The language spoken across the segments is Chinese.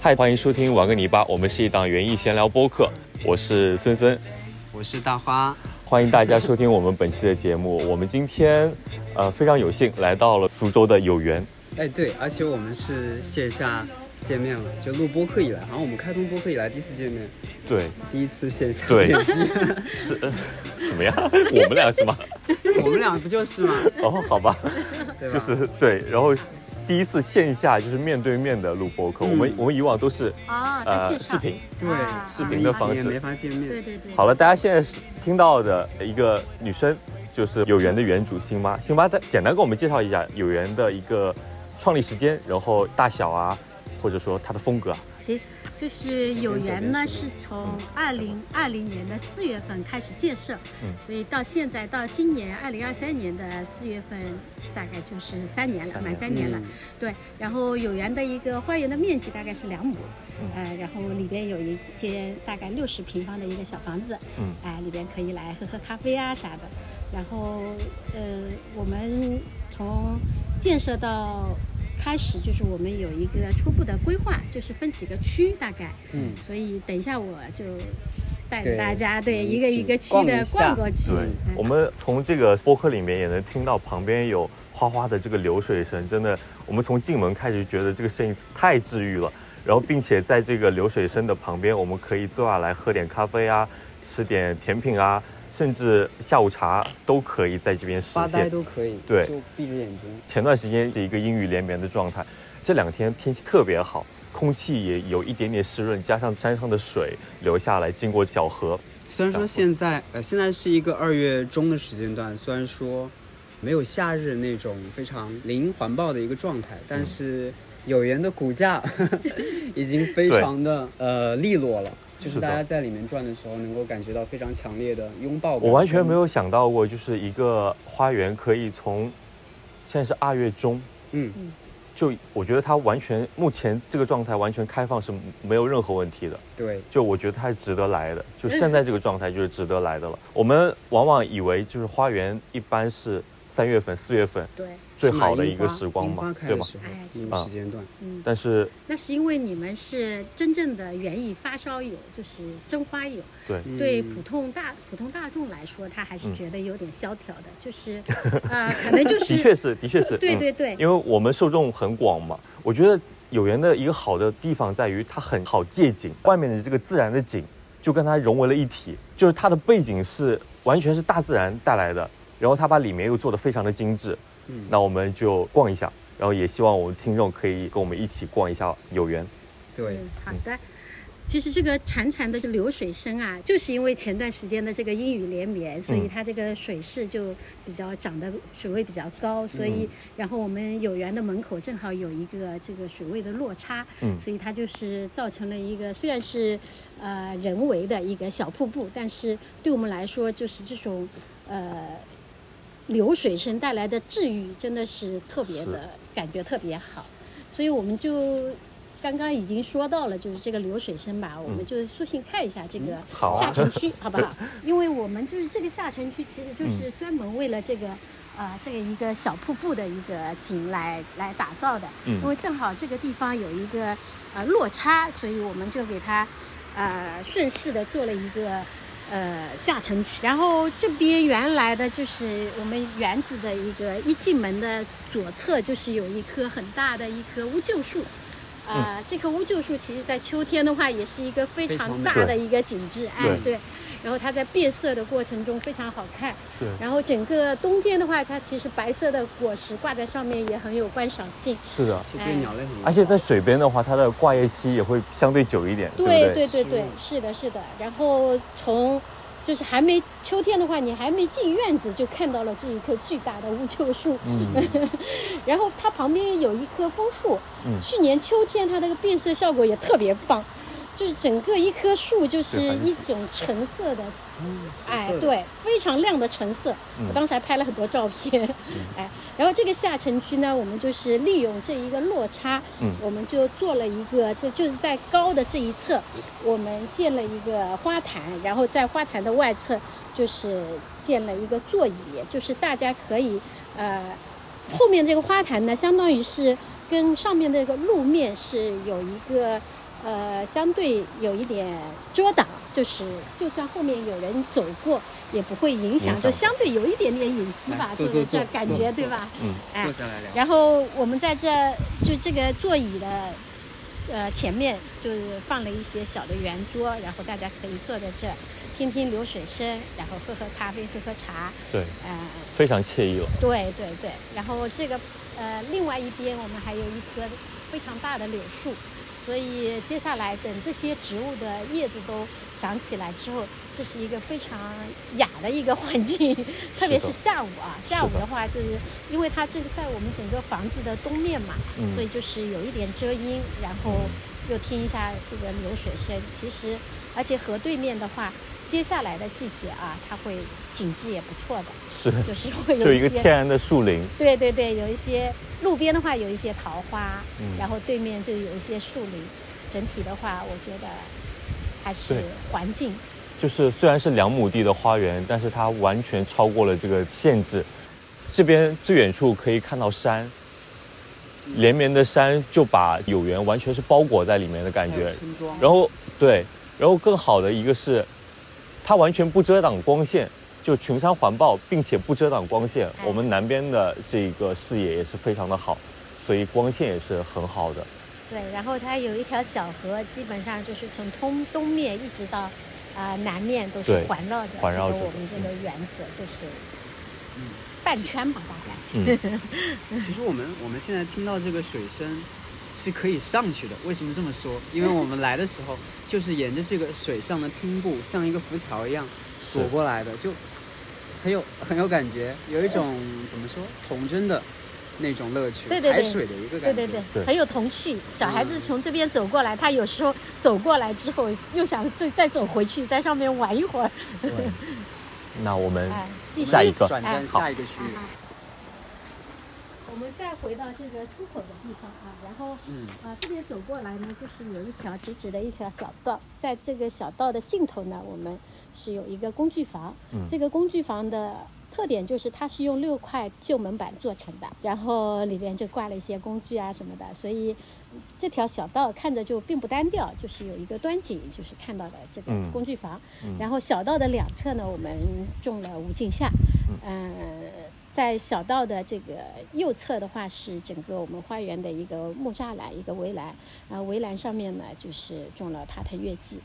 嗨，欢迎收听《玩个泥巴》，我们是一档园艺闲聊播客，我是森森，我是大花，欢迎大家收听我们本期的节目。我们今天呃非常有幸来到了苏州的有缘，哎对，而且我们是线下见面了，就录播客以来，好像我们开通播客以来第一次见面，对第一次线下对面基， 是呃什么呀？我们俩是吗？我们俩不就 是吗？哦，好吧，对就吧？是对，然后第一次线下就是面对面的录播客，嗯我们我们以往都是啊，在呃线视上频。对啊视频的方式也没法见对面，对对，好了，大家现在是听到的一个女生，就是有缘的原主辛妈。辛妈，再简单给我们介绍一下有缘的一个创立时间，然后大小啊，或者说她的风格啊。行，就是有缘呢，是从二零二零年的四月份开始建设，嗯所以到现在到今年二零二三年的四月份，大概就是三年了，三年满嗯三年了。对，然后有缘的一个花园的面积大概是两亩，嗯呃，然后里边有一间大概六十平方的一个小房子，嗯啊、里边可以来喝喝咖啡啊啥的。然后，呃，我们从建设到开始，就是我们有一个初步的规划，就是分几个区大概，嗯，所以等一下我就带着对大家对一一个起一个区逛的一下逛过去。对嗯，我们从这个播客里面也能听到旁边有哗哗的这个流水声，真的，我们从进门开始就觉得这个声音太治愈了。然后，并且在这个流水声的旁边，我们可以坐下来喝点咖啡啊，吃点甜品啊，甚至下午茶都可以在这边实发呆现。都可以，对就闭着眼睛，前段时间是一个阴雨连绵的状态，这两天天气特别好，空气也有一点点湿润，加上山上的水流下来，经过小河，虽然说现在呃现在是一个二月中的时间段，虽然说没有夏日那种非常零环抱的一个状态，但是有缘的 股价已经非常的呃利落了。就是是的大家在里面转的时候，能够感觉到非常强烈的拥抱感。我完全没有想到过，就是一个花园可以从，现在是二月中，嗯，就我觉得它完全目前这个状态完全开放是没有任何问题的，对，就我觉得它是值得来的，就现在这个状态就是值得来的了。我们往往以为就是花园一般是三月份、四月份对，最是好的买一樱花个时光樱花嘛，开对的吧？时候哎那个啊时间段，嗯，但是那是因为你们是真正的园艺发烧友，就是真花友。对，嗯对普通大普通大众来说，他还嗯是觉得有点萧条的，就是啊、可 能就的确是是，的确是，对嗯对对因为我们受众很广嘛，我觉得有缘的一个好的地方在于它很好借景，外面的这个自然的景就跟它融为了一体，就是它的背景是完全是大自然带来的，然后它把里面又做得非常的精致。嗯那我们就逛一下，然后也希望我们听众可以跟我们一起逛一下有缘。对嗯，好的。其实这个潺潺的流水声啊，就是因为前段时间的这个阴雨连绵，所以它这个水势就比较涨的水位比较高，所以、然后我们有缘的门口正好有一个这个水位的落差，嗯所以它就是造成了一个虽然是呃人为的一个小瀑布，但是对我们来说就是这种呃流水声带来的治愈，真的是特别是的感觉特别好，所以我们就刚刚已经说到了，就是这个流水声吧，我们就索性看一下这个好啊下城 区，嗯好不好？因为我们就是这个下城区，其实就是专门为了这个。啊、这个一个小瀑布的一个景来来打造的，嗯因为正好这个地方有一个呃落差，所以我们就给它呃顺势的做了一个呃下城区。然后这边原来的就是我们园子的一个一进门的左侧就是有一棵很大的一棵乌桕树。嗯啊、这棵乌桕树其实在秋天的话，也是一个非非常常美大的一个景致，哎对，对。然后它在变色的过程中非常好看，对然后整个冬天的话，它其实白色的果实挂在上面也很有观赏性。是的，其实对鸟类很友好，而且在水边的话，它的挂叶期也会相对久一点，不对对？对对，是的，是的。然后从就是还没秋天的话，你还没进院子就看到了这一棵巨大的乌桕树，嗯，然后它旁边有一棵枫树，嗯去年秋天它那个变色效果也特别棒，就是整个一棵树就是对反正一种橙色的，橙哎色，的对，非常亮的橙色。嗯我当时还拍了很多照片， 哎，然后这个下城区呢，我们就是利用这一个落差，嗯我们就做了一个，这就是在高的这一侧，我们建了一个花坛，然后在花坛的外侧就是建了一个座椅，就是大家可以呃。后面这个花坛呢，相当于是跟上面那个路面是有一个呃，相对有一点遮挡，就是就算后面有人走过，也不会影影，响响就相对有一点点隐私来，吧哎坐就坐是这坐感坐觉，坐对吧？ 嗯，哎坐，下来聊。然后我们在这就这个座椅的呃前面就是放了一些小的圆桌，然后大家可以坐在这儿听听流水声，然后喝喝咖啡，喝喝茶，对，呃，非常惬意了。对对对。然后这个呃另外一边我们还有一棵非常大的柳树，所以接下来等这些植物的叶子都长起来之后，这是一个非常雅的一个环境，特别是下午啊，下午是的的话就是因为它这个在我们整个房子的东面嘛，嗯所以就是有一点遮阴，然后又听一下这个流水声。其实，而且河对面的话，接下来的季节啊，它会景致也不错的，是，就是会有就一个些天然的树林，对对对，有一些路边的话有一些桃花，嗯然后对面就有一些树林。整体的话，我觉得还是对环境就是虽然是两亩地的花园，但是它完全超过了这个限制。这边最远处可以看到山，连绵的山就把有园完全是包裹在里面的感还有觉。村庄，然后对，然后更好的一个是，它完全不遮挡光线，就群山环抱，并且不遮挡光线。哎我们南边的这个视野也是非常的好，所以光线也是很好的。对。然后它有一条小河，基本上就是从东东面一直到啊、呃南面都是对环绕着环绕这着个的我们这个园子，就是嗯半圈吧，大概。嗯，其实我们我们现在听到这个水声是可以上去的。为什么这么说？因为我们来的时候就是沿着这个水上的汀布，像一个浮桥一样锁过来的，就很有很有感觉，有一种怎么说童真的那种乐趣，对对对海水的一个对感觉。对对，对很有童趣。小孩子嗯从这边走过来，他有时候走过来之后，又想再再走回去，在上面玩一会儿， 对那我们哎，继续。下一个转哎战下一个区嗯啊域。哈我们再回到这个出口的地方啊，然后嗯，啊这边走过来呢，就是有一条直直的一条小道，在这个小道的尽头呢，我们是有一个工具房。嗯这个工具房的特点就是它是用六块旧门板做成的，然后里边就挂了一些工具啊什么的，所以这条小道看着就并不单调，就是有一个端景，就是看到的这个嗯工具房。嗯然后小道的两侧呢，我们种了无尽夏。嗯、在小道的这个右侧的话，是整个我们花园的一个木栅栏，一个围栏。啊、围栏上面呢，就是种了爬藤月季。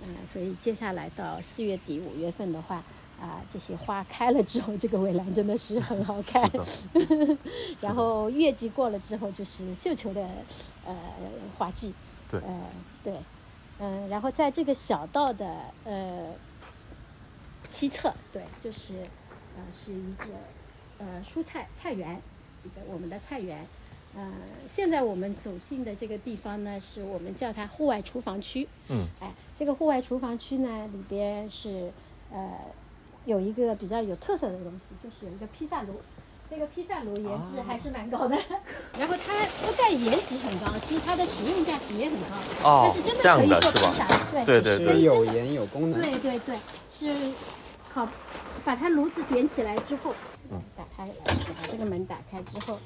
啊、所以接下来到四月底五月份的话，啊、这些花开了之后，这个围栏真的是很好看是。的，然后月季过了之后，就是绣球的呃花季。对呃，对，嗯、然后在这个小道的呃西侧，对，就是呃是一个呃蔬菜菜园，一个我们的菜园。呃，现在我们走进的这个地方呢，是我们叫它户外厨房区。嗯哎，这个户外厨房区呢，里边是呃有一个比较有特色的东西，就是有一个披萨炉。这个披萨炉颜值还是蛮高的，然后它不但颜值很高，其实它的使用价值也很高。哦但是真这的样可以的做是披吧萨，对对对是对，有颜有功能。对对对，是烤，把它炉子点起来之后，嗯打开，把这个门打开之后，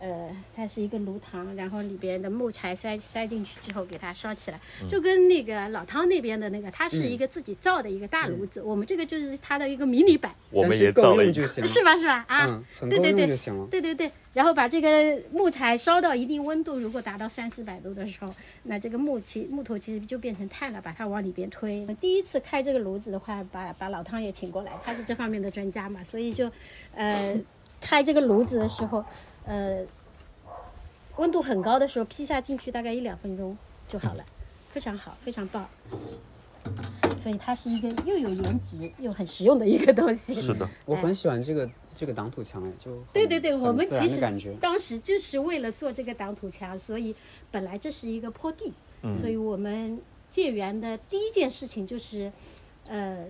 呃，它是一个炉膛，然后里边的木柴塞塞进去之后，给它烧起来，嗯就跟那个老汤那边的那个，它是一个自己造的一个大炉子，我们这个就是它的一个迷你版，我但们是也够造了用一就个，行了。是吧？是吧？啊，嗯，很对够对用对就行了。对对对，然后把这个木柴烧到一定温度，如果达到三四百度的时候，那这个木其木头其实就变成炭了，把它往里边推。第一次开这个炉子的话，把把老汤也请过来，他是这方面的专家嘛，所以就，呃，开这个炉子的时候，呃，温度很高的时候劈下进去大概一两分钟就好了，非常好，非常棒。所以它是一个又有颜值又很实用的一个东西。是的，我很喜欢这个这个挡土墙，哎，就很对对对，很我们自然其的实感觉。当时就是为了做这个挡土墙，所以本来这是一个坡地，嗯所以我们建园的第一件事情就是，呃，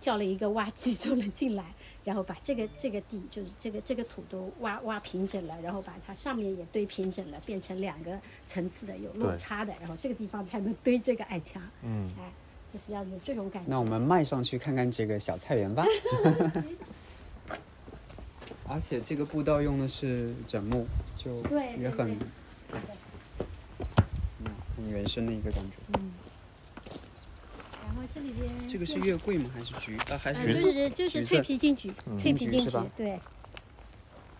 叫了一个挖机就能进来，然后把这个这个地就是这个这个土都挖挖平整了，然后把它上面也堆平整了，变成两个层次的有落对差的，然后这个地方才能堆这个矮墙，嗯，哎，就是要有这种感觉。那我们迈上去看看这个小菜园吧。 而且这个步道用的是枕木，就对也很对对嗯很原生的一个感觉。嗯。然后这里边这个是变月桂吗？还是菊？啊，还嗯，橘是就子是就是橘脆子皮金桔，脆金皮桔金是桔吧，对。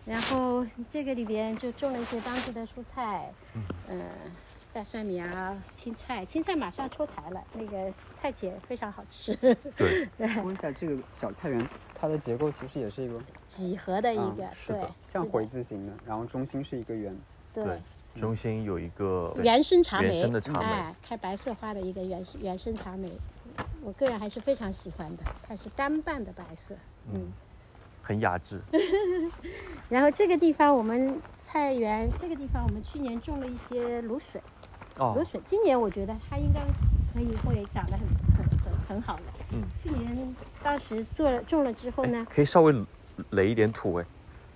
然后这个里边就种了一些当地的蔬菜，嗯，拌蒜米啊，青菜，青菜马上抽苔了，那个菜姐非常好吃， 对，说一下这个小菜园，它的结构其实也是一个几何的一啊个，是对的，像是的回字形的，然后中心是一个圆。对对，中心有一个原生茶原梅，生的茶梅哎，开白色花的一个原生原生茶梅，我个人还是非常喜欢的，它是单瓣的白色，嗯很雅致，然后这个地方我们菜园，这个地方我们去年种了一些芦笋，芦哦，笋今年我觉得它应该可以会长得很很很很好的。嗯，去年当时做了种了之后呢，哎可以稍微垒一点土哎，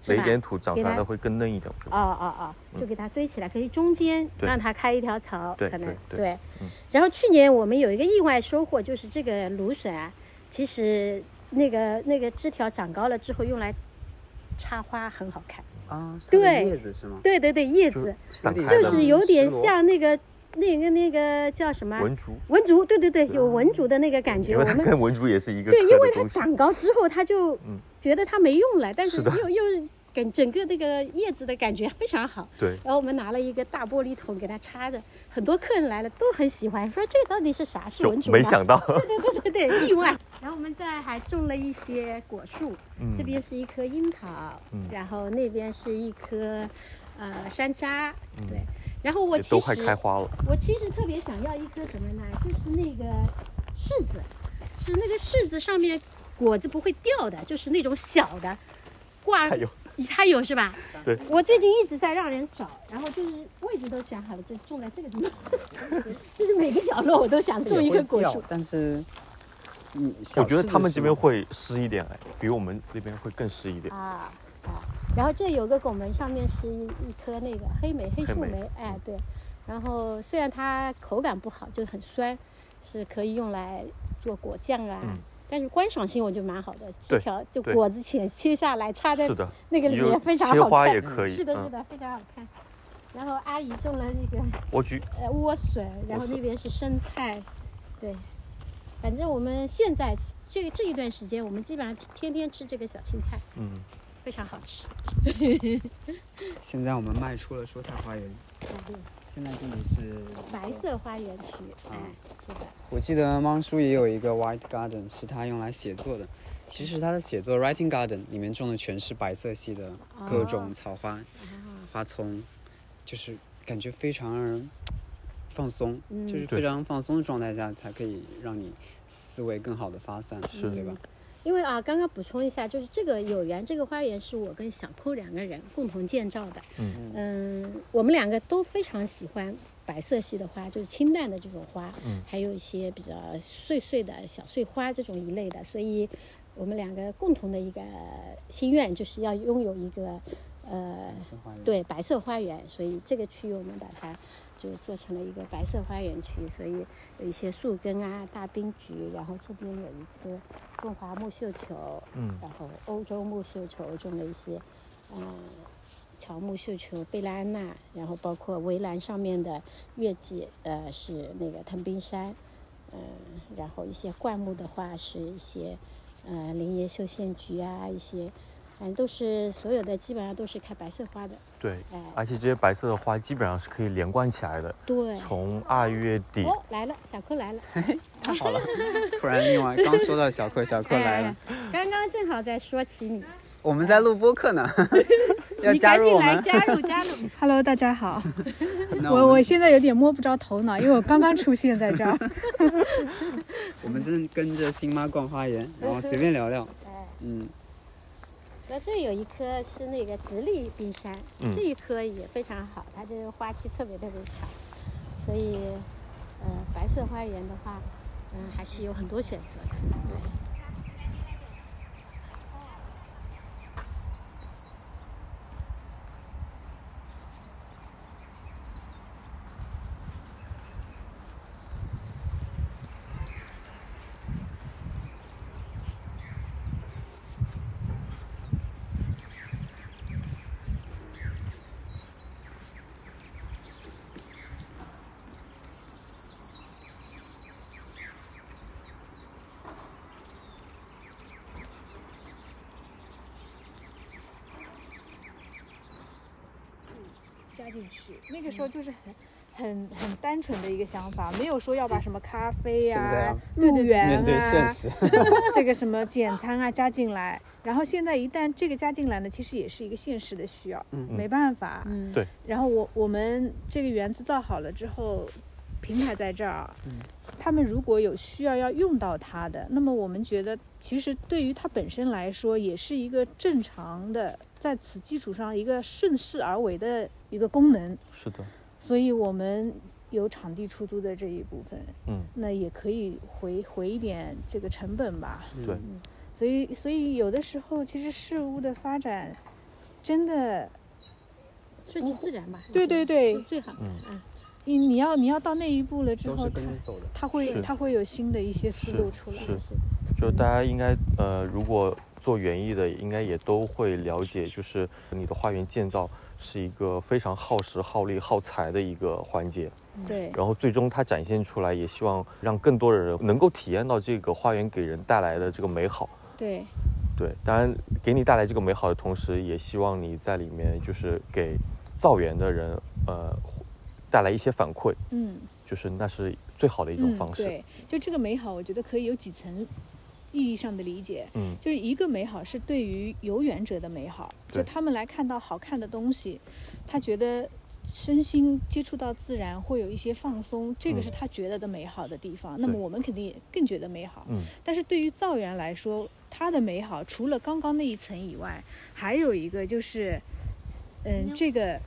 是吧垒一点土，长出来给它的会更嫩一点。我觉哦得哦哦，就给它堆起来，可以中间对让它开一条槽，对可能对对嗯然后去年我们有一个意外收获，就是这个芦笋啊，其实那个那个枝条长高了之后用来插花很好看。啊，是它的对叶子是吗？对对对，叶就子是散开有的点就像是有点丝罗像那个那个那个叫什么啊文嗯竹，文竹，对对对，有文竹的那个感觉。因为我它们跟文竹也是一个对，科因为的它东西长高之后，它就嗯觉得它没用了，但是是的又又给整个那个叶子的感觉非常好。对，然后我们拿了一个大玻璃桶给它插着，很多客人来了都很喜欢，说这个到底是啥？是文竹就吗？没想到，对对 对，意外。然后我们这儿还种了一些果树，嗯这边是一棵樱桃，嗯然后那边是一棵呃山楂，嗯对。然后我也其实都快开花了，我其实特别想要一颗什么呢？就是那个柿子，是那个柿子上面果子不会掉的，就是那种小的，挂还有它有是吧？对。我最近一直在让人找，然后就是位置都选好了，就种在这个地方， 就是每个角落我都想种一也棵会果掉树。但是，嗯，小我觉得柿他们子这是边吗会湿一点哎，比我们那边会更湿一点。啊啊！然后这有个拱门，上面是一一棵那个黑莓黑树黑莓，哎对。然后虽然它口感不好，就很酸，是可以用来做果酱啊。嗯但是观赏性我觉得蛮好的，枝对条就对果子切切下来插在是的，那个里你就面非常切好花看，也可以。嗯是的，是的。的，非常好看。然后阿姨种了那个我举呃莴笋，然后莴笋那边是生菜，对，反正我们现在这这一段时间，我们基本上天天吃这个小青菜，嗯，非常好吃。现在我们迈出了蔬菜花园，对，现在这里是白。色花园区，哎，是的，我记得汪叔也有一个 White Garden，是他用来写作的。其实他的写作 Writing Garden 里面种的全是白色系的各种草花、啊，花丛，就是感觉非常让人放松，嗯就是对非常放松的状态下才可以让你思维更好的发散，是对吧？因为啊，刚刚补充一下，就是这个有缘这个花园是我跟小扣两个人共同建造的，嗯嗯，我们两个都非常喜欢白色系的花，就是清淡的这种花，嗯还有一些比较碎碎的小碎花这种一类的，所以我们两个共同的一个心愿就是要拥有一个呃白色花园，对白色花园，所以这个区域我们把它就做成了一个白色花园区，所以有一些树根啊、大冰菊，然后这边有一棵中华木绣球，嗯然后欧洲木绣球种了一些，嗯，乔木绣球、贝拉安娜，然后包括围栏上面的月季，呃，是那个藤冰杉，嗯、然后一些灌木的话是一些，呃，林野绣线菊啊，一些，反正都是所有的基本上都是开白色花的，对哎，而且这些白色的花基本上是可以连贯起来的，对。从二月底哦，来了，小柯来了，太好了！ 突然另外刚说到小克，小克来了，哎刚刚正好在说起你，我们在录播客 呢，要你加赶入紧我来们？加入加入， Hello，大家好， 那我们我现在有点摸不着头脑，因为我刚刚出现在 这儿。我们正跟着新妈逛花园，然后随便聊聊。哎。嗯，那这有一棵是那个直立冰山，嗯这一棵也非常好，它这个花期特别特别长，所以，呃，白色花园的话，嗯、还是有很多选择的。加进去。那个时候就是很。很很单纯的一个想法，没有说要把什么咖啡现在啊啊、入园面对现啊、实，这个什么简餐啊加进来。然后现在一旦这个加进来呢，其实也是一个现实的需要，嗯没办法。嗯，对然后我我们这个园子造好了之后，平台在这儿，啊嗯他们如果有需要要用到它的，那么我们觉得其实对于它本身来说，也是一个正常的，在此基础上一个顺势而为的一个功能。是的，所以我们有场地出租的这一部分，嗯，那也可以回回一点这个成本吧。对嗯所以，所以有的时候其实事物的发展，真的，顺其自然吧。对对对是最好的。嗯嗯，你你要你要到那一步了之都后，是它跟着走的。它是会它会有新的一些思路出来。是就是大家应该呃，嗯如果做园艺的，应该也都会了解，就是你的花园建造是一个非常耗时、耗力、耗材的一个环节。对，然后最终它展现出来，也希望让更多的人能够体验到这个花园给人带来的这个美好。对，对，当然给你带来这个美好的同时，也希望你在里面就是给造园的人呃带来一些反馈，嗯，就是那是最好的一一种方式。对，就这个美好，我觉得可以有几层意义上的理解。嗯就是一个美好是对于有缘者的美好，就对他们来看到好看的东西，他觉得身心接触到自然会有一些放松，这个嗯是他觉得的美好的地方。那么对我们肯定也更觉得美好。嗯，但是对于造园来说，它的美好除了刚刚那一层以外，还有一个就是，嗯，这个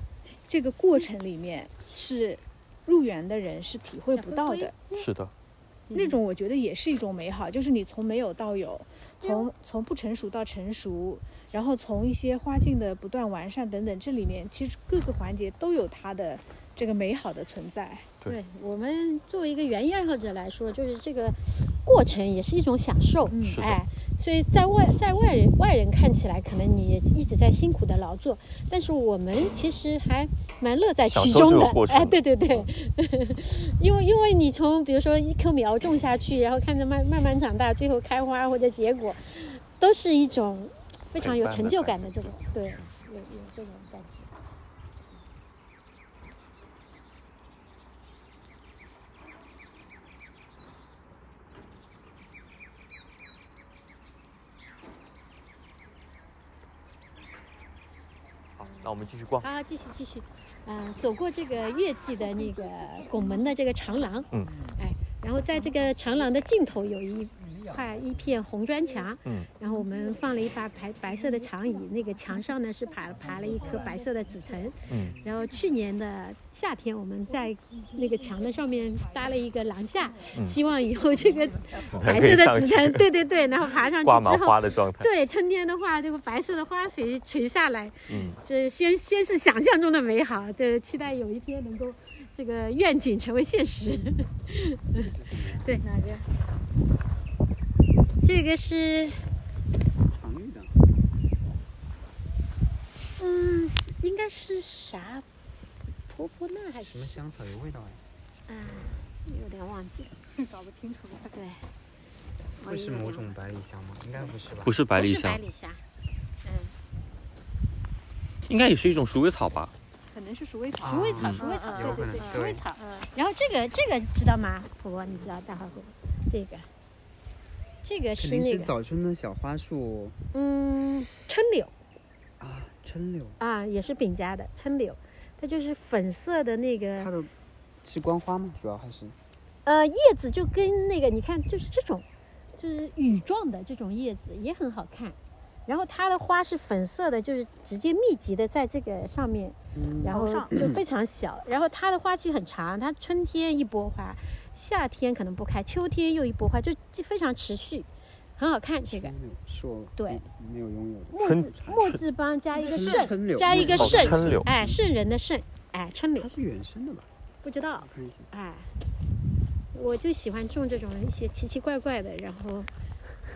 这个过程里面是入园的人是体会不到的。是的，那种我觉得也是一种美好，就是你从没有到有，从从不成熟到成熟，然后从一些花境的不断完善等等，这里面其实各个环节都有它的这个美好的存在。对对我们作为一个园艺爱好者来说，就是这个过程也是一种享受，嗯是的哎，所以在外在外人外人看起来，可能你也一直在辛苦的劳作，但是我们其实还蛮乐在其享受中这的个过，程嗯哎，对对对， 因为因为你从比如说一棵苗种下去，然后看着慢慢慢长大，最后开花或者结果，都是一种非常有成就感的这种，对，有有这种感觉。好，那我们继续逛。好，继续继续，嗯、走过这个月季的那个拱门的这个长廊，嗯，哎，然后在这个长廊的尽头有一块一片红砖墙，嗯，然后我们放了一把白白色的长椅，那个墙上呢是爬爬了一棵白色的紫藤，嗯，然后去年的夏天我们在那个墙的上面搭了一个廊架，嗯希望以后这个紫藤可白色以 的上紫去，藤，对对对，然后爬上挂去满之后。花的状态。对，春天的话，这个白色的花垂垂下来，嗯，这先先是想象中的美好，对，期待有一天能够这个愿景成为现实。 对，哪个？这个是，常遇的，嗯，应该是啥？婆婆纳还什是么什香草有味道哎？啊？有点忘记了。搞不清楚。对，我会是有点某忘种百里香吗？应该不是吧？不是百不里是百香，里香，应该也是一种鼠尾草吧？可能是鼠尾草。啊鼠尾草，嗯鼠尾草，有可对对能对，对鼠尾草。然后这个这个知道吗？婆婆，你知道待会儿会这个，这个肯是定那是个，早春的小花束嗯，春柳。啊，春柳，啊，也是饼家的春柳，它就是粉色的那它个，的是光花吗？主要还是呃，叶子就跟那个你看就是这种，就是羽状的这种叶子也很好看。然后它的花是粉色的，就是直接密集的在这个上面，嗯，然后就非常小。然后它的花期很长，它春天一波花，夏天可能不开，秋天又一波花，就就非常持续，很好看。这个春柳是我对没有拥有的。木春字木字帮加一个春圣，春柳嗯加一个哦圣，春 柳哎，圣人的圣，哎，春柳它，是原生的吧？不知道我。看一下，哎，我就喜欢种这种一些奇奇怪怪的，然后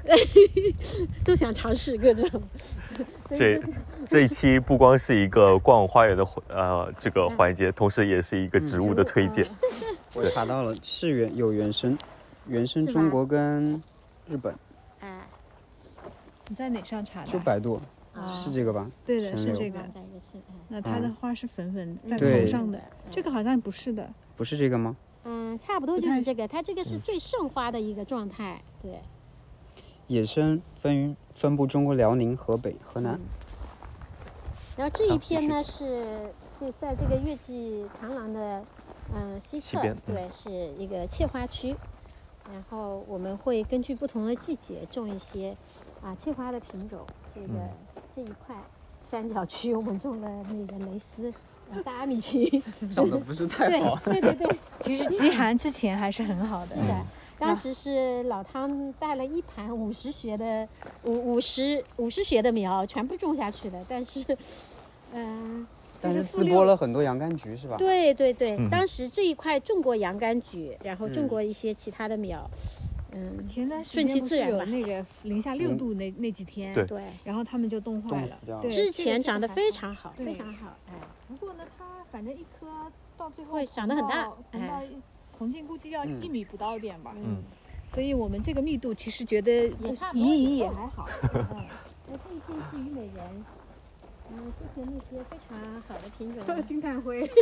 都想尝试各种。这这一期不光是一个逛花园的环呃这嗯个环节，同时也是一个植物的推荐。我查到了，是原有原生，原生是吧中国跟日本，哎，你在哪上查的？就百度，啊，是这个吧？对的，神是柳这个。再一个是，嗯那它的嗯花是粉粉在对头上的，这个好像不是 的。不是这个吗？嗯，差不多就是这个，它这个嗯是最盛花的一个状态，对，野生分于分布中国辽宁、河北、河南。然后这一啊片继呢是就在这个月季长廊的嗯、西西侧边，嗯对，是一个切花区。然后我们会根据不同的季节种一些啊切花的品种。这个、嗯这一块三角区我们种了那个蕾丝、呃大阿米 奇，长嗯得不是太哦对。对对对，其实极寒之前还是很好的 是，嗯的，当时是老汤带了一盘五十学的五五十五十学的苗，全部种下去的。但是，嗯、但就是是自复播六了很多洋甘菊是吧？对对对，嗯当时这一块种过洋甘菊，然后种嗯过一些其他的苗，嗯，前段时顺间其不自是然吧有那个零下六嗯度那那几天，对对，然后它们就冻坏冻了死掉。了对，之这个前长得非。这个还常好好，对非常好，哎，不过呢，它反正一颗到最后会长得很大红到哎一红径估计要嗯一米不到一点吧。嗯，所以我们这个密度其实觉得也差不一多一也够还 好。嗯，那这一片是虞美人。嗯，就是那些非常好的品种， 金炭灰，都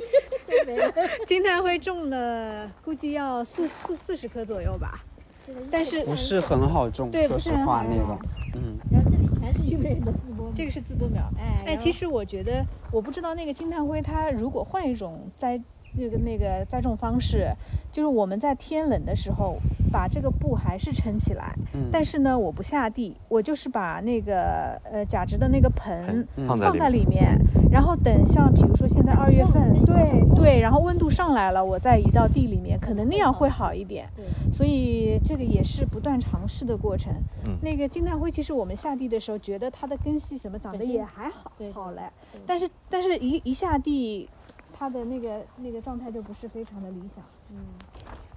没了。金炭灰种了，估计要四四四十颗左右吧。这个一但直是看不是很好种，对说不是实很话好那种个，嗯，然后这里全是虞美人的自播，这个是自播苗。哎，但然后其实我觉得，我不知道那个金炭灰，它如果换一种栽那个那个栽种方式，就是我们在天冷的时候把这个布还是撑起来，嗯但是呢，我不下地，我就是把那个呃假植的那个盆盆嗯放在放里在面里面，然后等像比如说现在二月份，跟小对风对，然后温度上来了，我再移到地里面，可能那样会好一点。对所以这个也是不断尝试的过程。嗯那个金炭灰，其实我们下地的时候觉得它的根系什么长得本身也还好，对对好嘞对，但是但是一一下地，它的那个那个状态就不是非常的理想。嗯。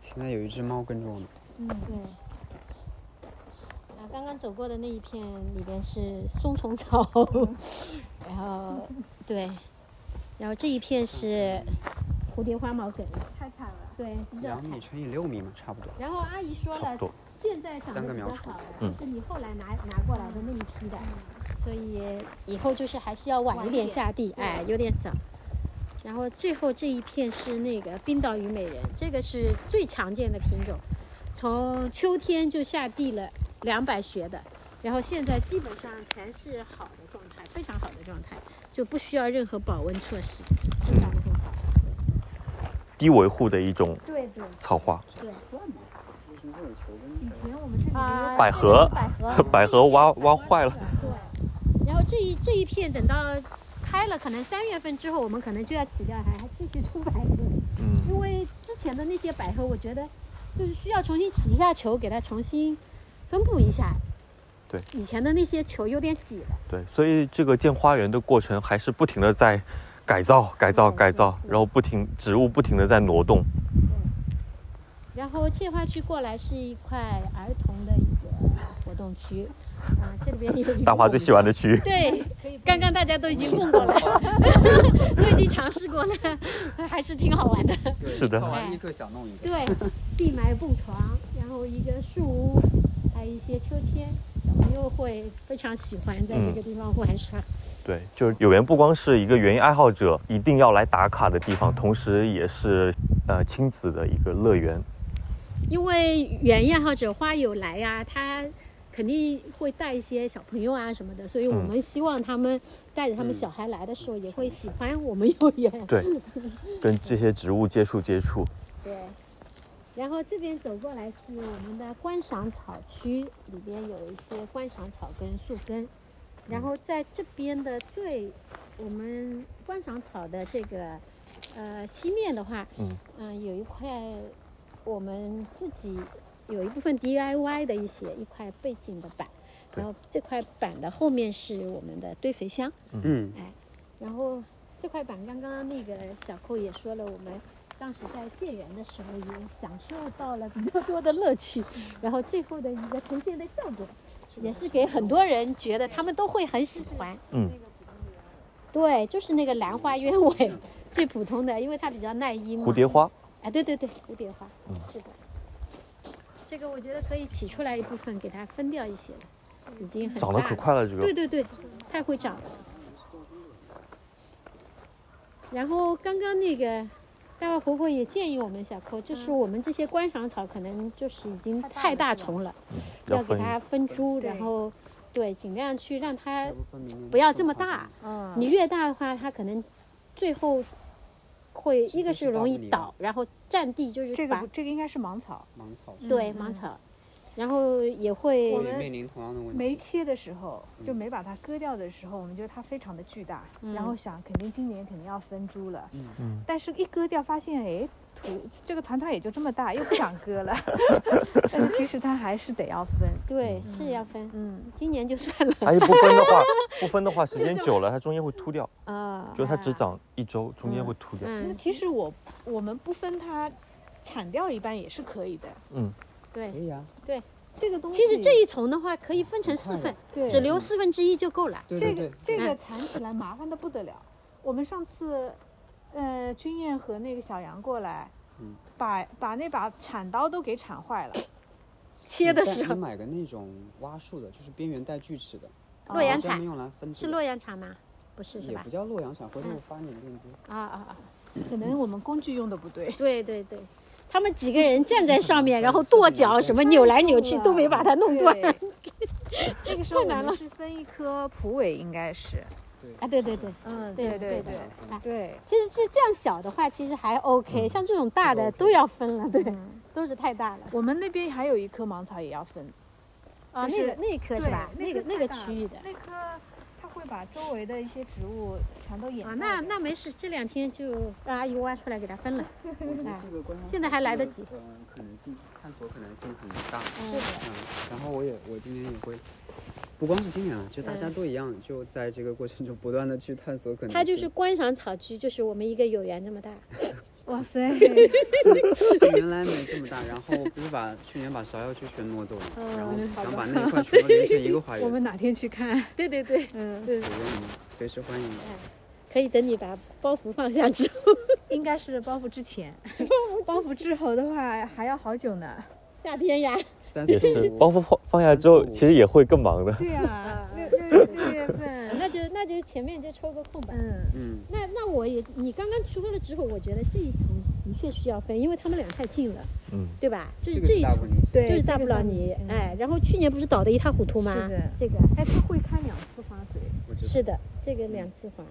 现在有一只猫跟着我们，嗯，对。啊，刚刚走过的那一片里边是松虫草，然后对，然后这一片是蝴蝶花毛梗，太惨了。对，比较两惨米。乘以六米嘛，差不多。然后阿姨说差了不，多。现在长三得个比苗较出好嗯的是你后来拿拿过来的那一批的，所以以后就是还是要晚一嗯晚一点点下地，哎，有点早。然后最后这一片是那个冰岛虞美人，这个是最常见的品种，从秋天就下地了两百学的，然后现在基本上全是好的状态，非常好的状态，就不需要任何保温措施，嗯生长得很好。低维护的一种对对草花，对，为什么会有球以根在？前我们这里面啊，百合 这个是 百合，百合挖挖坏了。对，然后这一这一片等到开了，可能三月份之后，我们可能就要起掉，还还继续出百合，嗯因为之前的那些百合，我觉得就是需要重新起一下球，给它重新分布一下。对，以前的那些球有点挤了。对，所以这个建花园的过程还是不停的在改造、改嗯造、改造，然后不停植物不停的在挪动。然后切花区过来是一块儿童的一个活动区， 啊，这里边有一个大华最喜欢的区域，对，刚刚大家都已经蹦过了， 都已经尝试过了， 还是挺好玩的。对是的看哎完立刻想弄一个。对，地埋蹦床，然后一个树屋，还有一些秋千，小朋友会非常喜欢在这个地方玩耍。对，就是有缘不光是一个园艺爱好者一定要来打卡的地方，同时也是呃亲子的一个乐园。因为园艺爱好者花友来呀、他肯定会带一些小朋友啊什么的，所以我们希望他们带着他们嗯小孩来的时候，也会喜欢我们幼园。对，跟这些植物接触接触。对。然后这边走过来是我们的观赏草区，里边有一些观赏草跟树根。然后在这边的最，我们观赏草的这个，呃，西面的话，嗯呃有一块我们自己有一部分 DIY 的一些一块背景的板，对然后这块板的后面是我们的堆肥箱，嗯，然后这块板刚刚那个小寇也说了，我们当时在建园的时候也享受到了比较多的乐趣，然后最后的一个呈现的效果，也嗯是给很多人觉得他们都会很喜欢。嗯，对，就是那个兰花鸢尾，最普通的，因为它比较耐阴嘛。蝴蝶花，哎，对对对，蝴蝶花，嗯是的。这个我觉得可以起出来一部分，给它分掉一些了，已经很长得大可了。快了，这个对对对，太会长了。然后刚刚那个大外婆婆也建议我们小寇，就是我们这些观赏草可能就是已经太大丛了，要给分它分株，对然后对尽量去让它要不分明年不要这么大。嗯，你越大的话，它可能最后会一个是容易倒，然后占地就是这个把不，这个应该是芒草。芒草对嗯芒草，然后也会我会们面临同样的问没题。切的时候，就没把它割掉的时候，我们觉得它非常的巨大，嗯然后想肯定今年肯定要分株了。嗯 嗯但是一割掉发现，哎，土这个团团也就这么大，又不想 割了。但是其实它还是得要分。对是要分，嗯，今年就算了而且哎不分的话，不分的话，时间久了它中间会秃掉，啊就是它只长一周，中间会秃掉。那嗯其实我我们不分它，铲掉一半也是可以的。嗯，对可。以啊，这个东西其实这一丛的话，可以分成四份，对只留四分之一就够了。对这对个对，嗯这个铲起来麻烦的不得了。我们上次，呃，君燕和那个小杨过来，嗯把把那把铲刀都给铲坏 了。切的你带时候你买个那种挖树的，就是边缘带锯齿的，啊洛阳专门铲用来分是这个洛阳铲吗？不是是也吧不？叫洛阳铲，回头嗯我发你链接。啊啊啊！可能我们工具用的不对。对对 对，他们几个人站在上面，然后跺脚什么扭来扭去，都没把它弄断。对。那个时候我太难了们是分一棵蒲苇，应该是。啊，对对对。嗯，对对对的啊对。其实这这样小的话，其实还 OK，、像这种大的嗯都要分了，对，都是太大了。嗯我们那边还有一棵芒草也要分，啊，就那是个那一棵是吧？那个那个太大区域的了。那棵它会把周围的一些植物全都掩啊盖，那掉那没事，这两天就让阿姨挖出来给它分了。我觉得这个观察哎现在还来得及嗯、可能性探索可能性很大。嗯是的，嗯，然后我也我今年也会，不光是今年啊，就大家嗯都一样，就在这个过程中不断的去探索可能性。它就是观赏草区，就是我们一个有缘这么大。哇塞， 是是原来没这么大，然后不是把去年把芍药区全挪走了，嗯然后好想吧把那一块全部连成一个哎花园。我们哪天去看？对对对，嗯，对随便你们随时欢迎。嗯可以等你把包袱放下之后，应该是包袱之前，包袱之后的话还要好久呢。 夏天呀，三也四是，五包袱放放下之后，其实也会更忙的。对呀、 啊六六六月份， 那就那就前面就抽个空吧。嗯，嗯，那那我也，你刚刚说了之后，我觉得这一层的确需要分，因为他们俩太近了，嗯，对吧？就是个这是一大层，问题。对，就是大不了你这个道理，嗯哎，然后去年不是倒得一塌糊涂吗？是的这个哎，他会开两次花水我知道是的，这个两次花，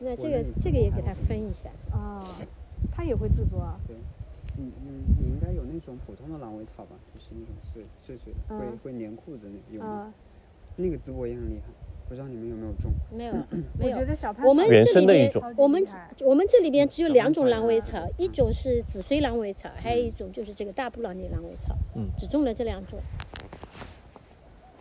那这我那个里这个也给它分一下。啊、他也会自播，哦你你你嗯应该有那种普通的狼尾草吧，就是那种碎碎碎的，会嗯会粘裤子那有吗？嗯啊、那个淄博也很厉害，不知道你们有没有种？没有我没觉有，得小潘我们原这生里的一边种我们我们这里边只有小两芒种草狼尾呀草，一种是紫锥狼尾草，还有一种就是这个大布朗尼狼尾草。嗯只种了这两种。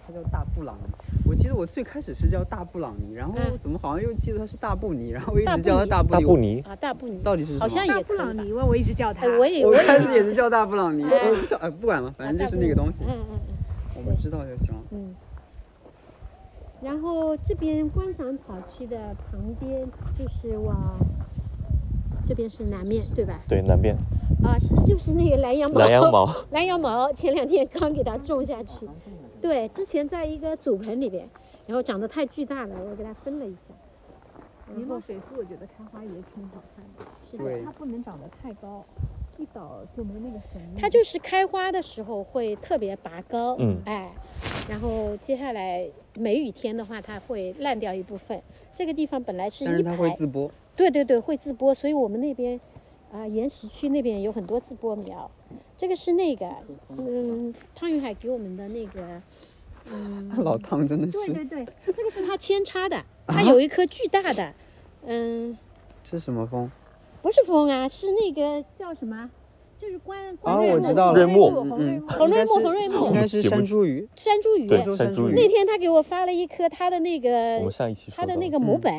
它叫大布朗尼。我记得我最开始是叫大布朗尼，然后嗯怎么好像又记得它是大布尼，然后我一大直布叫它尼大布大尼。布尼，啊，大布尼，到底是什么？好像大也布可以朗吧。尼问我一直叫他，哎，我也我也开始忘也了是叫大布朗尼，哎我不晓，哎，不管了，反正就是那个东西啊，大布朗尼嗯嗯嗯。我们知道就行了。嗯，然后这边观赏草区的旁边就是往这边是南面对吧？对，南边啊，是就是那个蓝羊毛，南羊， 毛，蓝羊毛前两天刚给它种哦下去，对，之前在一个祖盆里边，然后长得太巨大了，我给它分了一下。柠檬水珠我觉得开花也挺好看的，是的，对它，不能长得太高，一倒就没那个神韵。它就是开花的时候会特别拔高，嗯哎，然后接下来梅雨天的话，它会烂掉一部分。这个地方本来是但一是它会排，自播。对对对，会自播，所以我们那边啊、岩石区那边有很多自播苗。这个是那个，嗯，汤云海给我们的那个，嗯， 老汤真的对是，对对， 这个是他扦插的，他有一棵巨大的，嗯，这是什么风？不是枫啊，是那个叫什么？就是关关啊瑞我木知道了嗯瑞木红瑞木，哦红瑞木红瑞木哎应该是写不山茱萸。山茱萸。对州，山山茱茱那萸。天他给我发了一颗他的那我个们上一期说他的到那个模本，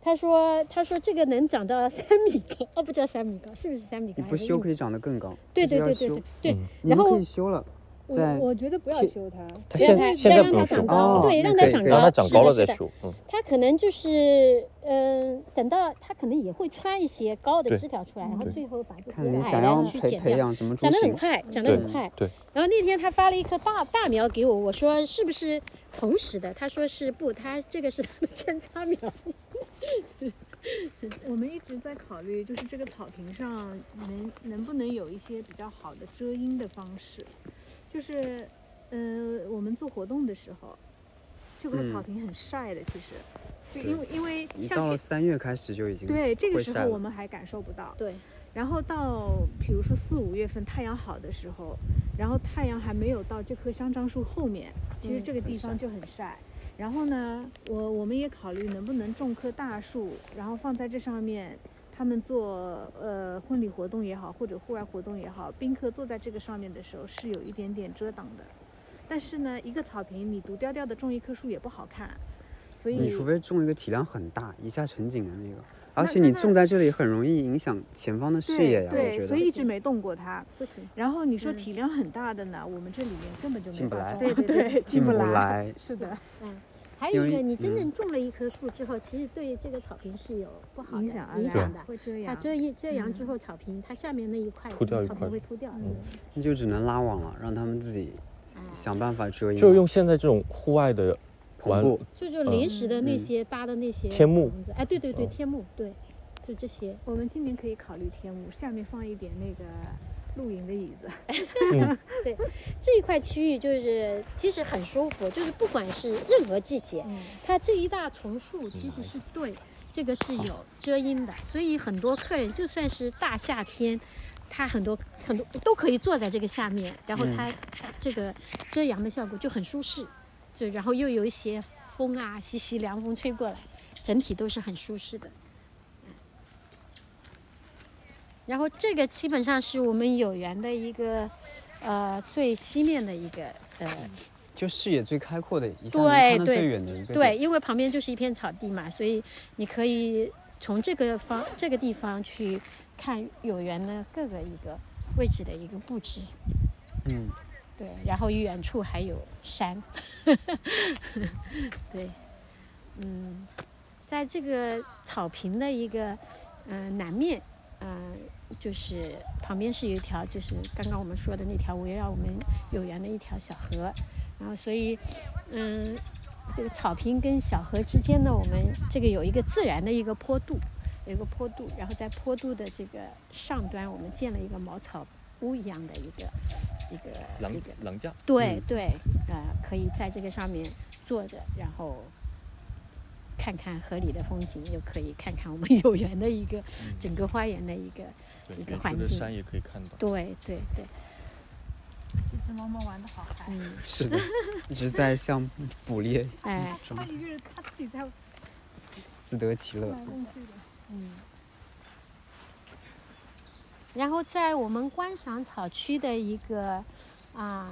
他说他说这个能长到三米高，哦，不知道三米高是不是三米你高？不修可以长得更高。对就对是要对对修对对嗯。你然们后可以修了，在我我觉得不要其修它，它让现它现在再让不它用修长高，哦对，那让可它以长可以高，让它长是高的了是再的数。嗯，它可能就是，嗯、等到它可能也会穿一些高的对枝条出来，然后最后把这看个你矮想要的去培剪培掉。养什么长株得很型，快，长得对很快。对。然后那天他发了一棵大大苗给我，我说是不是同时的？他说是不，他这个是他的扦插苗。我们一直在考虑，就是这个草坪上能能不能有一些比较好的遮阴的方式，就是，呃，我们做活动的时候，这块嗯草坪很晒的，其实，就对因为因为一像到了现三月开始就已经对这个会时晒候了我们还感受不到，对，然后到比如说四五月份太阳好的时候，然后太阳还没有到这棵香樟树后面，其实嗯这个地方就很晒。然后呢，我我们也考虑能不能种棵大树，然后放在这上面，他们做呃婚礼活动也好，或者户外活动也好，宾客坐在这个上面的时候是有一点点遮挡的。但是呢，一个草坪你独调调的种一棵树也不好看，所以你除非种一个体量很大，一下成景的那个，而那且那你那种在这里很容易影响前方的视野对呀。我觉对，得所以一直没动过它。不行，然后你说嗯体量很大的呢，我们这里面根本就进没不法来种，对对对对，进不不来。是的，嗯。还有一因个，为你真嗯正种了一棵树之后，其实对这个草坪是有不好的影响啊影响的。会遮它阳。遮一遮阳嗯之后，草坪它下面那一块秃掉一草块嗯坪会秃掉的。你就只能拉网了，让他们自己哎，想办法遮阴了，就是用现在这种户外的篷玩布。就就临时的那嗯些搭的那些天幕棚子，哎，对对对，嗯天幕，对，就这些。我们今年可以考虑天幕，下面放一点那个露营的椅子。 这一块区域就是其实很舒服，就是不管是任何季节，它这一大丛树其实是对这个是有遮阴的，所以很多客人就算是大夏天，他很多很多都可以坐在这个下面，然后它这个遮阳的效果就很舒适，就然后又有一些风啊，习习凉风吹过来，整体都是很舒适的。嗯然后这个基本上是我们有缘的一个，呃，最西面的一个，呃，就视野最开阔的，一下对能看到对最远的一个。对，，因为旁边就是一片草地嘛，所以你可以从这个方这个地方去看有缘的各个一个位置的一个布置。嗯，对，然后远处还有山，对，嗯，在这个草坪的一个嗯、呃南面，嗯、就是旁边是有一条，就是刚刚我们说的那条围绕我们有缘的一条小河，然后所以嗯，这个草坪跟小河之间呢，我们这个有一个自然的一个坡度，有一个坡度，然后在坡度的这个上端，我们建了一个茅草屋一样的一个一个一个廊架，对嗯对，呃，可以在这个上面坐着，然后看看河里的风景，又可以看看我们 有缘的一个整个花园的一个，对一个远处环的境山也可以看到。对对对，这只猫猫玩的好嗨，嗯，是的，一直在像捕猎哎，中它一个人它自己在玩自得其 乐。弄这个。嗯。然后在我们观赏草区的一个啊、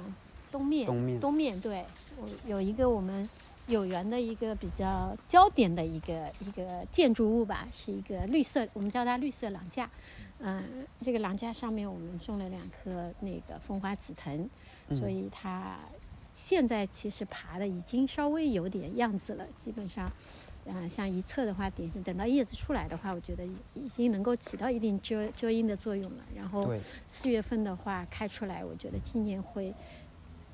东面，东面东面对，我有一个我们有缘的一个比较焦点的一个一个建筑物吧，是一个绿色，我们叫它绿色廊架。嗯、这个廊架上面我们种了两棵那个风花紫藤，所以它现在其实爬的已经稍微有点样子了，基本上。嗯，像一侧的话，点是等到叶子出来的话，我觉得已已经能够起到一定遮遮阴的作用了。然后，对，四月份的话开出来，我觉得今年会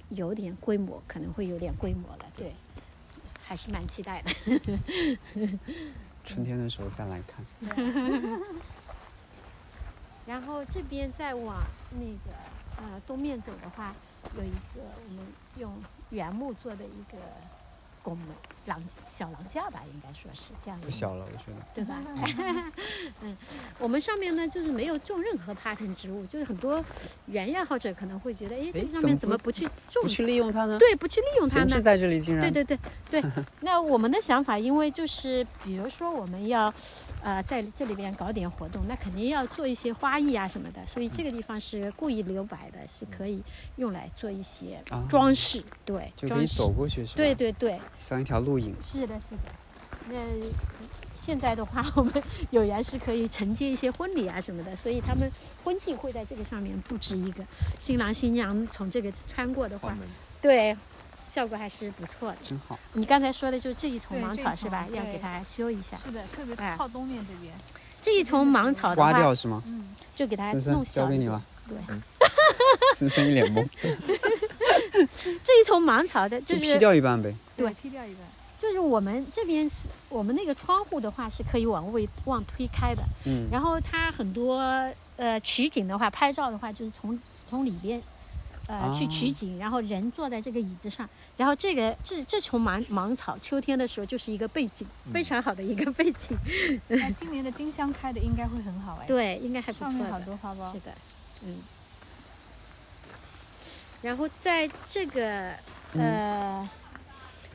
有点规模，可能会有点规模了，对，还是蛮期待的。春天的时候再来看。然后这边再往那个呃东面走的话，有一个我们用原木做的一个拱门廊小廊架吧，应该说是这样一个不小了，我觉得。对吧？ 嗯，我们上面呢就是没有种任何 pattern 植物，就是很多园艺爱好者可能会觉得，哎，这诶个上怎面么怎么不去种不？去利用它呢？，对，不去利用它闲呢置？在这里竟然。对对对 对，那我们的想法，因为就是比如说我们要，呃，在这里边搞点活动，那肯定要做一些花艺啊什么的，所以这个地方是故意留白的，是可以用来做一些啊装饰，对，就可装以饰走，过去是吧？对，对对，像一条路影。是的，是的。那现在的话， 我们有缘是可以承接一些婚礼啊什么的，所以他们婚庆会在这个上面布置一个，新郎新娘从这个穿过的话，对，效果还是不错的。真好。你刚才说的就这一丛对芒这一草是吧？丛要对给它修一下。是的，特别哎靠东面这边，这一丛芒草的刮话掉，是吗？嗯，就给它森弄森，小交给一点。你了。嗯对， 森森一脸懵，这一丛芒草的，就就劈是掉一半呗。对劈掉一半，就是我们这边是我们那个窗户的话是可以往外往推开的，嗯，然后它很多呃取景的话，拍照的话就是从从里边。呃，去啊取景，然后人坐在这个椅子上，然后这个这这丛芒芒草，秋天的时候就是一个背景，嗯非常好的一个背景。那今年的丁香开的应该会很好哎，，对，应该还不上错面好的。多花苞是，的，嗯。然后在这个嗯呃、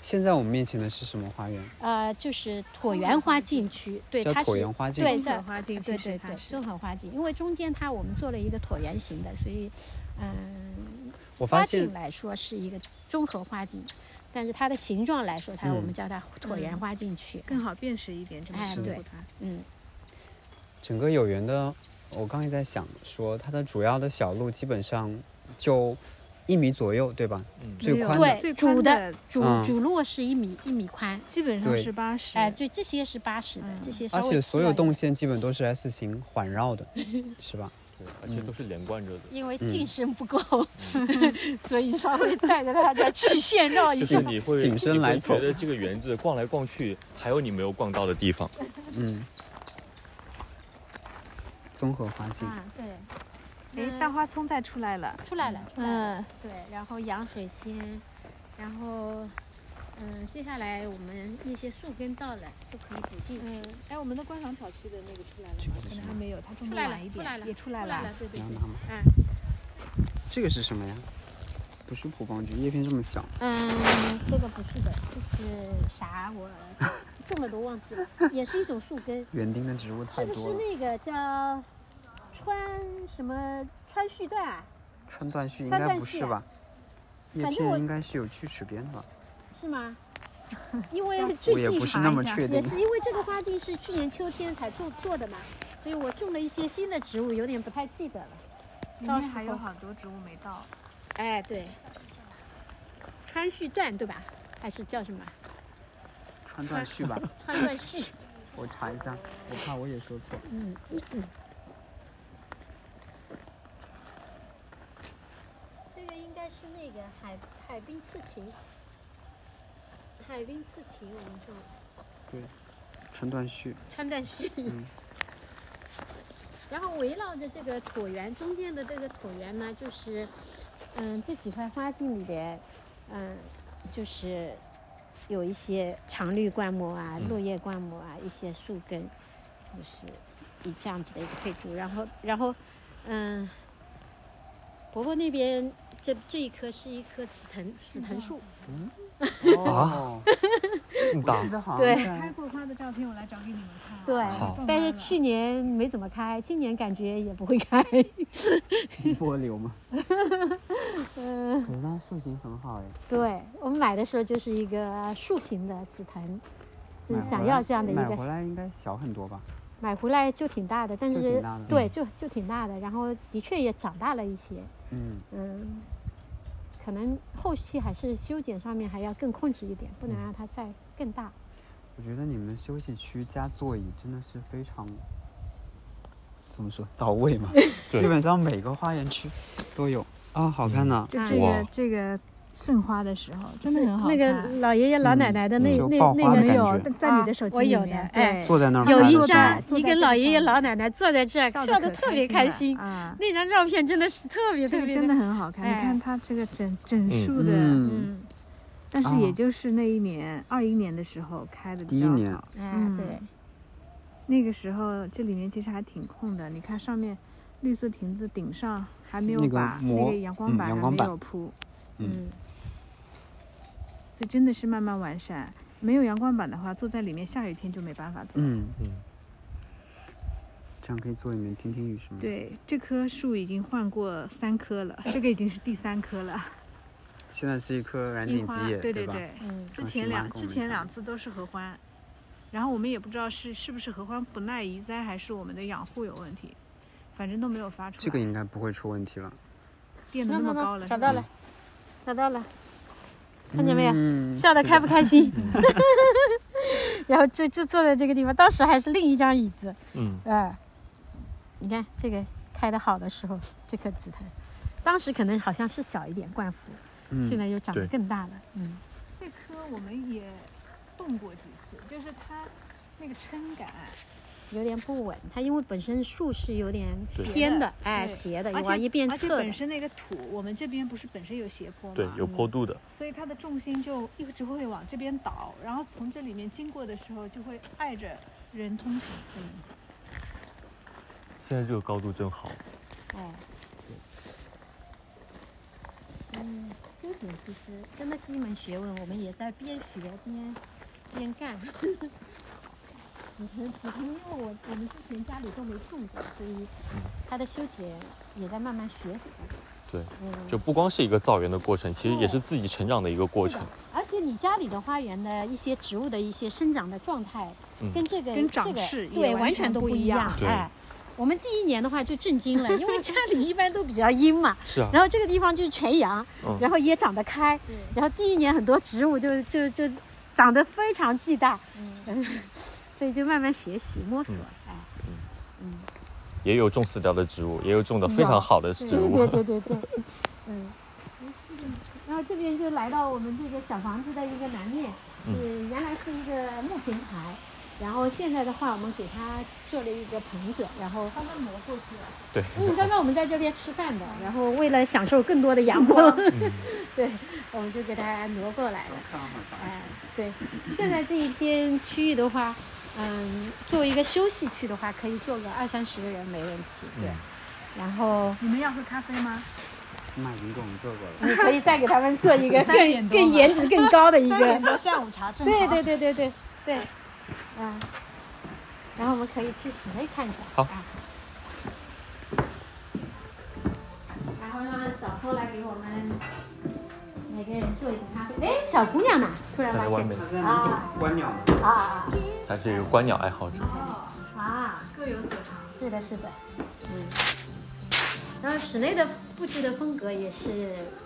现在我们面前的是什么花园？呃，就是椭圆花禁区，对，叫它椭是圆花径。对中这和花径对其实对它对，是综合花径，因为中间它我们做了一个椭圆形的，所以嗯，我花发现径来说是一个综合花径，但是它的形状来说，它我们嗯叫它椭圆花禁区。更好辨识一点，这么哎保对护它。嗯，整个有缘的，我刚才在想说，它的主要的小路基本上就一米左右，对吧？嗯最没有宽的对最主宽的的主、嗯主路是一米一米宽，基本上对是八十，哎、对，这些是八十的，嗯这些稍而微且所次要有一动点线基本都是 S 型环绕 的，是吧？对，而且都是连贯着的。因为嗯近身不够， 所以稍微带着大家曲线绕一就下是。你会谨慎你会来走觉得这个园子逛来逛去，还有你没有逛到的地方。嗯，综合花径。啊，对，嗯哎，大花葱再出来了，出来了，嗯，嗯，对，然后养水仙，然后，嗯，接下来我们那些树根到了都可以补进去。嗯，哎，我们的观赏小区的那个出来了吗？可能还没有，它种出的来晚一了，出来了，点，也出来来了。，对对你要拿，对吗？嗯这个是什么呀？不是蒲邦菊，叶片这么小。嗯，这个不是的，这是啥？我种了都忘记 了，也是一种树根，园丁的植物太是不多是了，那个叫川什么川续断啊？川断续应川该断不续是啊吧？叶反正我片应该是有锯齿边的吧？是吗？因为最我也近不是查那一么下确定也。是因为这个花茎是去年秋天才做做的嘛，所以我种了一些新的植物，有点不太记得了。里到面时还有候好多植物没到，哎，对，川续断对吧？还是叫什么川断续 吧，川 断续？我查一下，我怕我也说错。嗯，这个应该是那个海海滨刺芹，海滨刺芹我们种川断续，川断续。嗯然后围绕着这个椭圆中间的这个椭圆呢，就是，嗯，这几块花茎里边，嗯，就是有一些常绿灌木啊、嗯落叶灌木啊、一些树根，就是以这样子的一个配株。然后，然后，嗯，伯伯那边这这一棵是一棵紫藤紫藤树，啊，这么大记，得好对像开在过花的照片我来找给你们看啊。对好种但花是了去年没怎么开，今年感觉也不会开。波流吗？ 嗯。可是它树形很好哎，对我们买的时候就是一个树形的紫藤，就买是想回要来这样的一买个，回来应该小很多吧？买回来就挺大的，但就是挺大的对嗯就就挺大的，然后的确也长大了一些，嗯，嗯，可能后期还是修剪上面还要更控制一点，不能让它再更大。我觉得你们的休息区加座椅真的是非常，怎么说到位 嘛？基本上每个花园区都有啊，好看呐、就啊这哇个这个盛花的时候，真的很好那看。个老爷爷老奶嗯奶的那、就那爆那花我的个没感有觉，但在啊你的手机我里有的面，哎对，坐在那儿有拍一的时张候坐一在个这老个爷爷上面老奶奶坐在这儿，笑可得特别开开心。啊！那张照片真的是特别这特个别真的很好看，哎你看它这个整整树的，嗯，嗯，但是啊也就是那一年二一年的时候开的比第一较年好，哎、嗯对，那个时候这里面其实还挺空的，你看上面绿色亭子顶上还没有那个把那膜个阳光嗯板阳还光没板有铺，嗯嗯所以真的是慢慢完善。没有阳光板的话，坐在里面下雨天就没办法坐。嗯嗯这样可以坐里面听听雨什么的。对，这棵树已经换过三棵了，这个已经是第三棵了。现在是一棵染樱井花吉野，对对吧？对，嗯之啊前新妈两跟之我们前讲两次都是合欢，然后我们也不知道是是不是合欢不耐移栽，还是我们的养护有问题，反正都没有发出来。这个应该不会出问题了。垫的那那么那高了嗯那，是找吧到了，找到了，看见没有？嗯笑得是开不开心？嗯 然后就就坐在这个地方，当时还是另一张椅子，嗯，哎，你看这个开得好的时候，这棵紫檀，当时可能好像是小一点冠幅，嗯现在又长得嗯对更大了，嗯，这棵我们也动过几次，就是它那个撑杆，有点不稳。它因为本身树是有点对偏的，哎，对斜的，而往且一边而且侧本的，身那个土，我们这边不是本身有斜坡吗？对，有坡度的，所以它的重心就一直会往这边倒，然后从这里面经过的时候就会碍着人通嗯行。现在这个高度正好。哦哎，嗯，这一点其实真的是一门学问，我们也在边学边边干。 紫藤，紫藤，因为我我们之前家里都没种过，所以它的修剪也在慢慢学习。对，嗯，就不光是一个造园的过程，其实也是自己成长的一个过是程的。而且你家里的花园的一些植物的一些生长的状态，嗯跟这个跟长这个势也对完完全全都不不一一样对哎，我们第一年的话就震惊了，因为家里一般都比较阴嘛，是啊，然后这个地方就是全阳嗯，然后也长得开，然后第一年很多植物就就就长得非常巨大， 所以就慢慢学习摸索，嗯哎，也有种死掉的植物，也有种的非常好的植对物。对对对对，嗯。然后这边就来到我们这个小房子的一个南面，是原来是一个木平台，然后现在的话，我们给它做了一个棚子，然后刚刚挪过去了，对，嗯，刚刚我们在这边吃饭的，然后为了享受更多的阳光， 对，我们就给它挪过来了。哎，对，现在这一片区域的话，嗯，作为一个休息区的话，可以坐个二三十个人没问题。对，然后你们要喝咖啡吗？司马已经给我们做过了。你可以再给他们做 一个三点更多更嘛颜值更高的一三个点。多下午茶正好。对对对对对对，嗯，然后我们可以去室内看一下。好啊然后让小偷来给我们每个人做一个咖啡。哎，小姑娘呢？突然它发在外面现，现在观鸟呢，啊啊它是一个观鸟爱好者。啊啊！各有所长。是的，是的，嗯。然后室内的布置的风格也是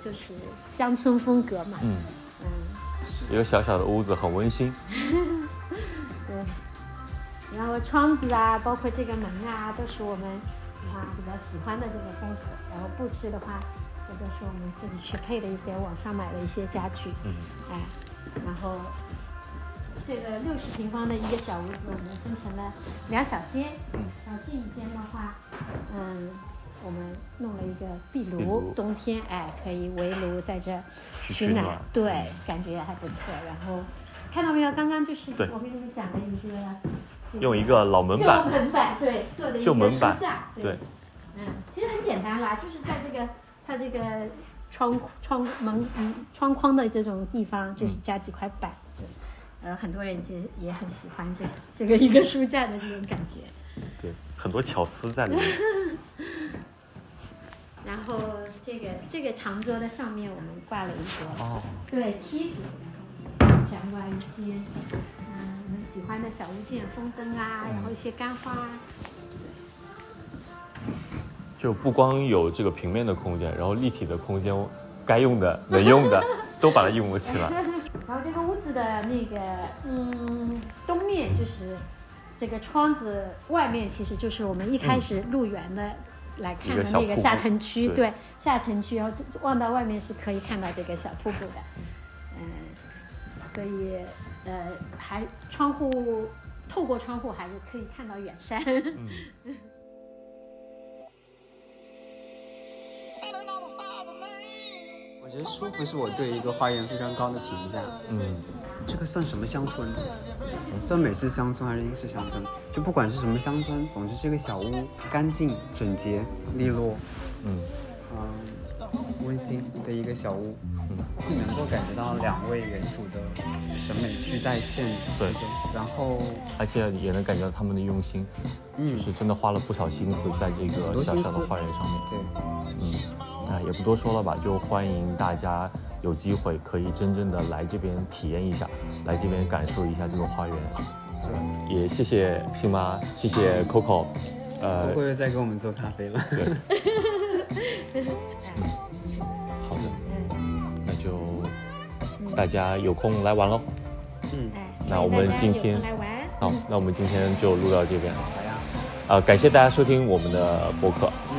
就是乡村风格嘛，嗯，嗯一个小小的屋子很温馨。对，然后窗子啊，包括这个门啊，都是我们啊比较喜欢的这个风格。然后布置的话，这都是我们自己去配的一些网上买的一些家具，嗯，哎，然后这个六十平方的一个小屋子，我们分成了两小间，嗯然后这一间的话，嗯。我们弄了一个壁炉，壁炉冬天哎可以围炉在这去取取暖，暖对嗯，感觉还不错。然后看到没有，刚刚就是对我给你们讲的一啊个用一个老门旧板，门板对做的一旧个门书板架，对，嗯，其实很简单啦，就是在这个它这个窗窗门嗯窗框的这种地方，嗯就是加几块板子，然后很多人其实也很喜欢这这个一个书架的这种感觉。对，很多巧思在里面。然后这个这个长桌的上面我们挂了一个哦，对梯子，然后悬挂一些嗯我们喜欢的小物件，风灯啊，然后一些干花啊。就不光有这个平面的空间，然后立体的空间，该用的、能用的都把它应用起来。然后这个屋子的那个嗯东面就是这个窗子外面，其实就是我们一开始入园的、来看一的个小那个瀑布下城区，对对下城区，然后这望到外面是可以看到这个小瀑布的，嗯，所以呃还窗户透过窗户还是可以看到远山。 我觉得舒服是我对一个花园非常高的评价。嗯，这个算什么乡村？算美式乡村还是英式乡村？就不管是什么乡村，总之这个小屋干净、整洁、利落，嗯，嗯，温馨的一个小屋，你能够感觉到两位原主的审美俱在线。对，然后，而且也能感觉到他们的用心，嗯就，是真的花了不少心思在这个小小的花园上面。对，嗯，那也不多说了吧，就欢迎大家有机会可以真正的来这边体验一下，来这边感受一下这个花园。也谢谢新妈，谢谢 Coco，呃不，会又在给我们做咖啡了。对，嗯，好的，那就大家有空来玩喽。嗯，哎，那我欢迎们大家今有天空来玩，好，那我们今天就录到这边了。好呀。呃，感谢大家收听我们的播客，嗯，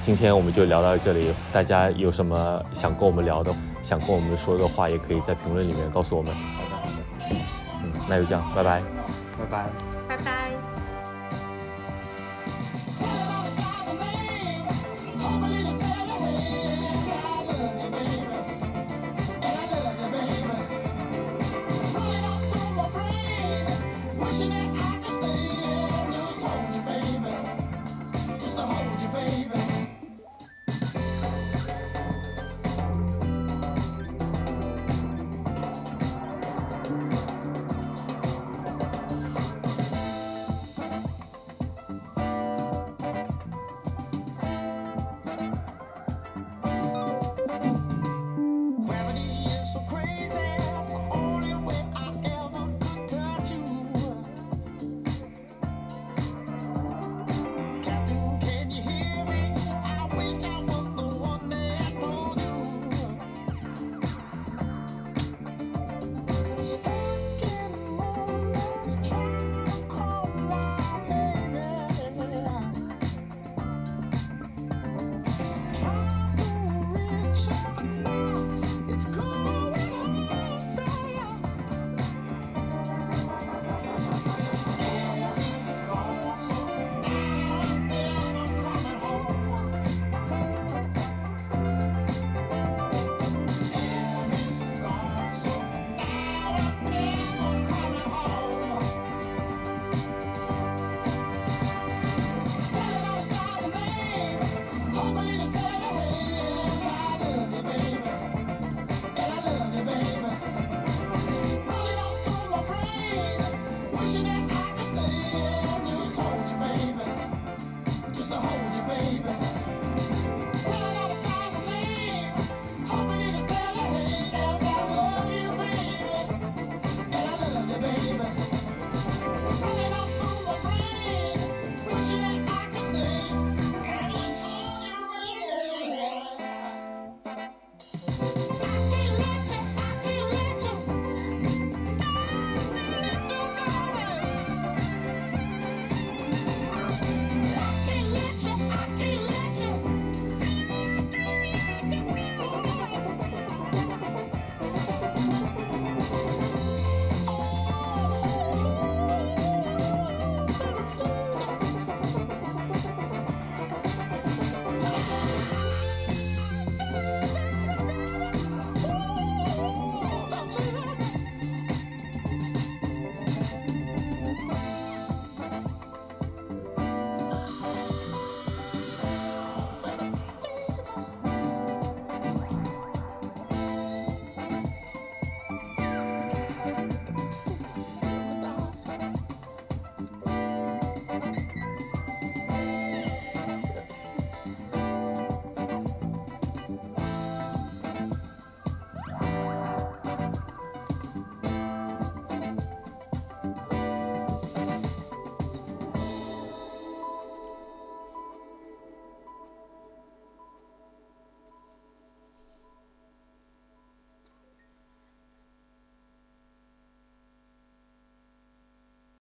今天我们就聊到这里。大家有什么想跟我们聊的，想跟我们说的话，也可以在评论里面告诉我们。好的好的，嗯，那就这样，拜拜。拜拜。拜拜。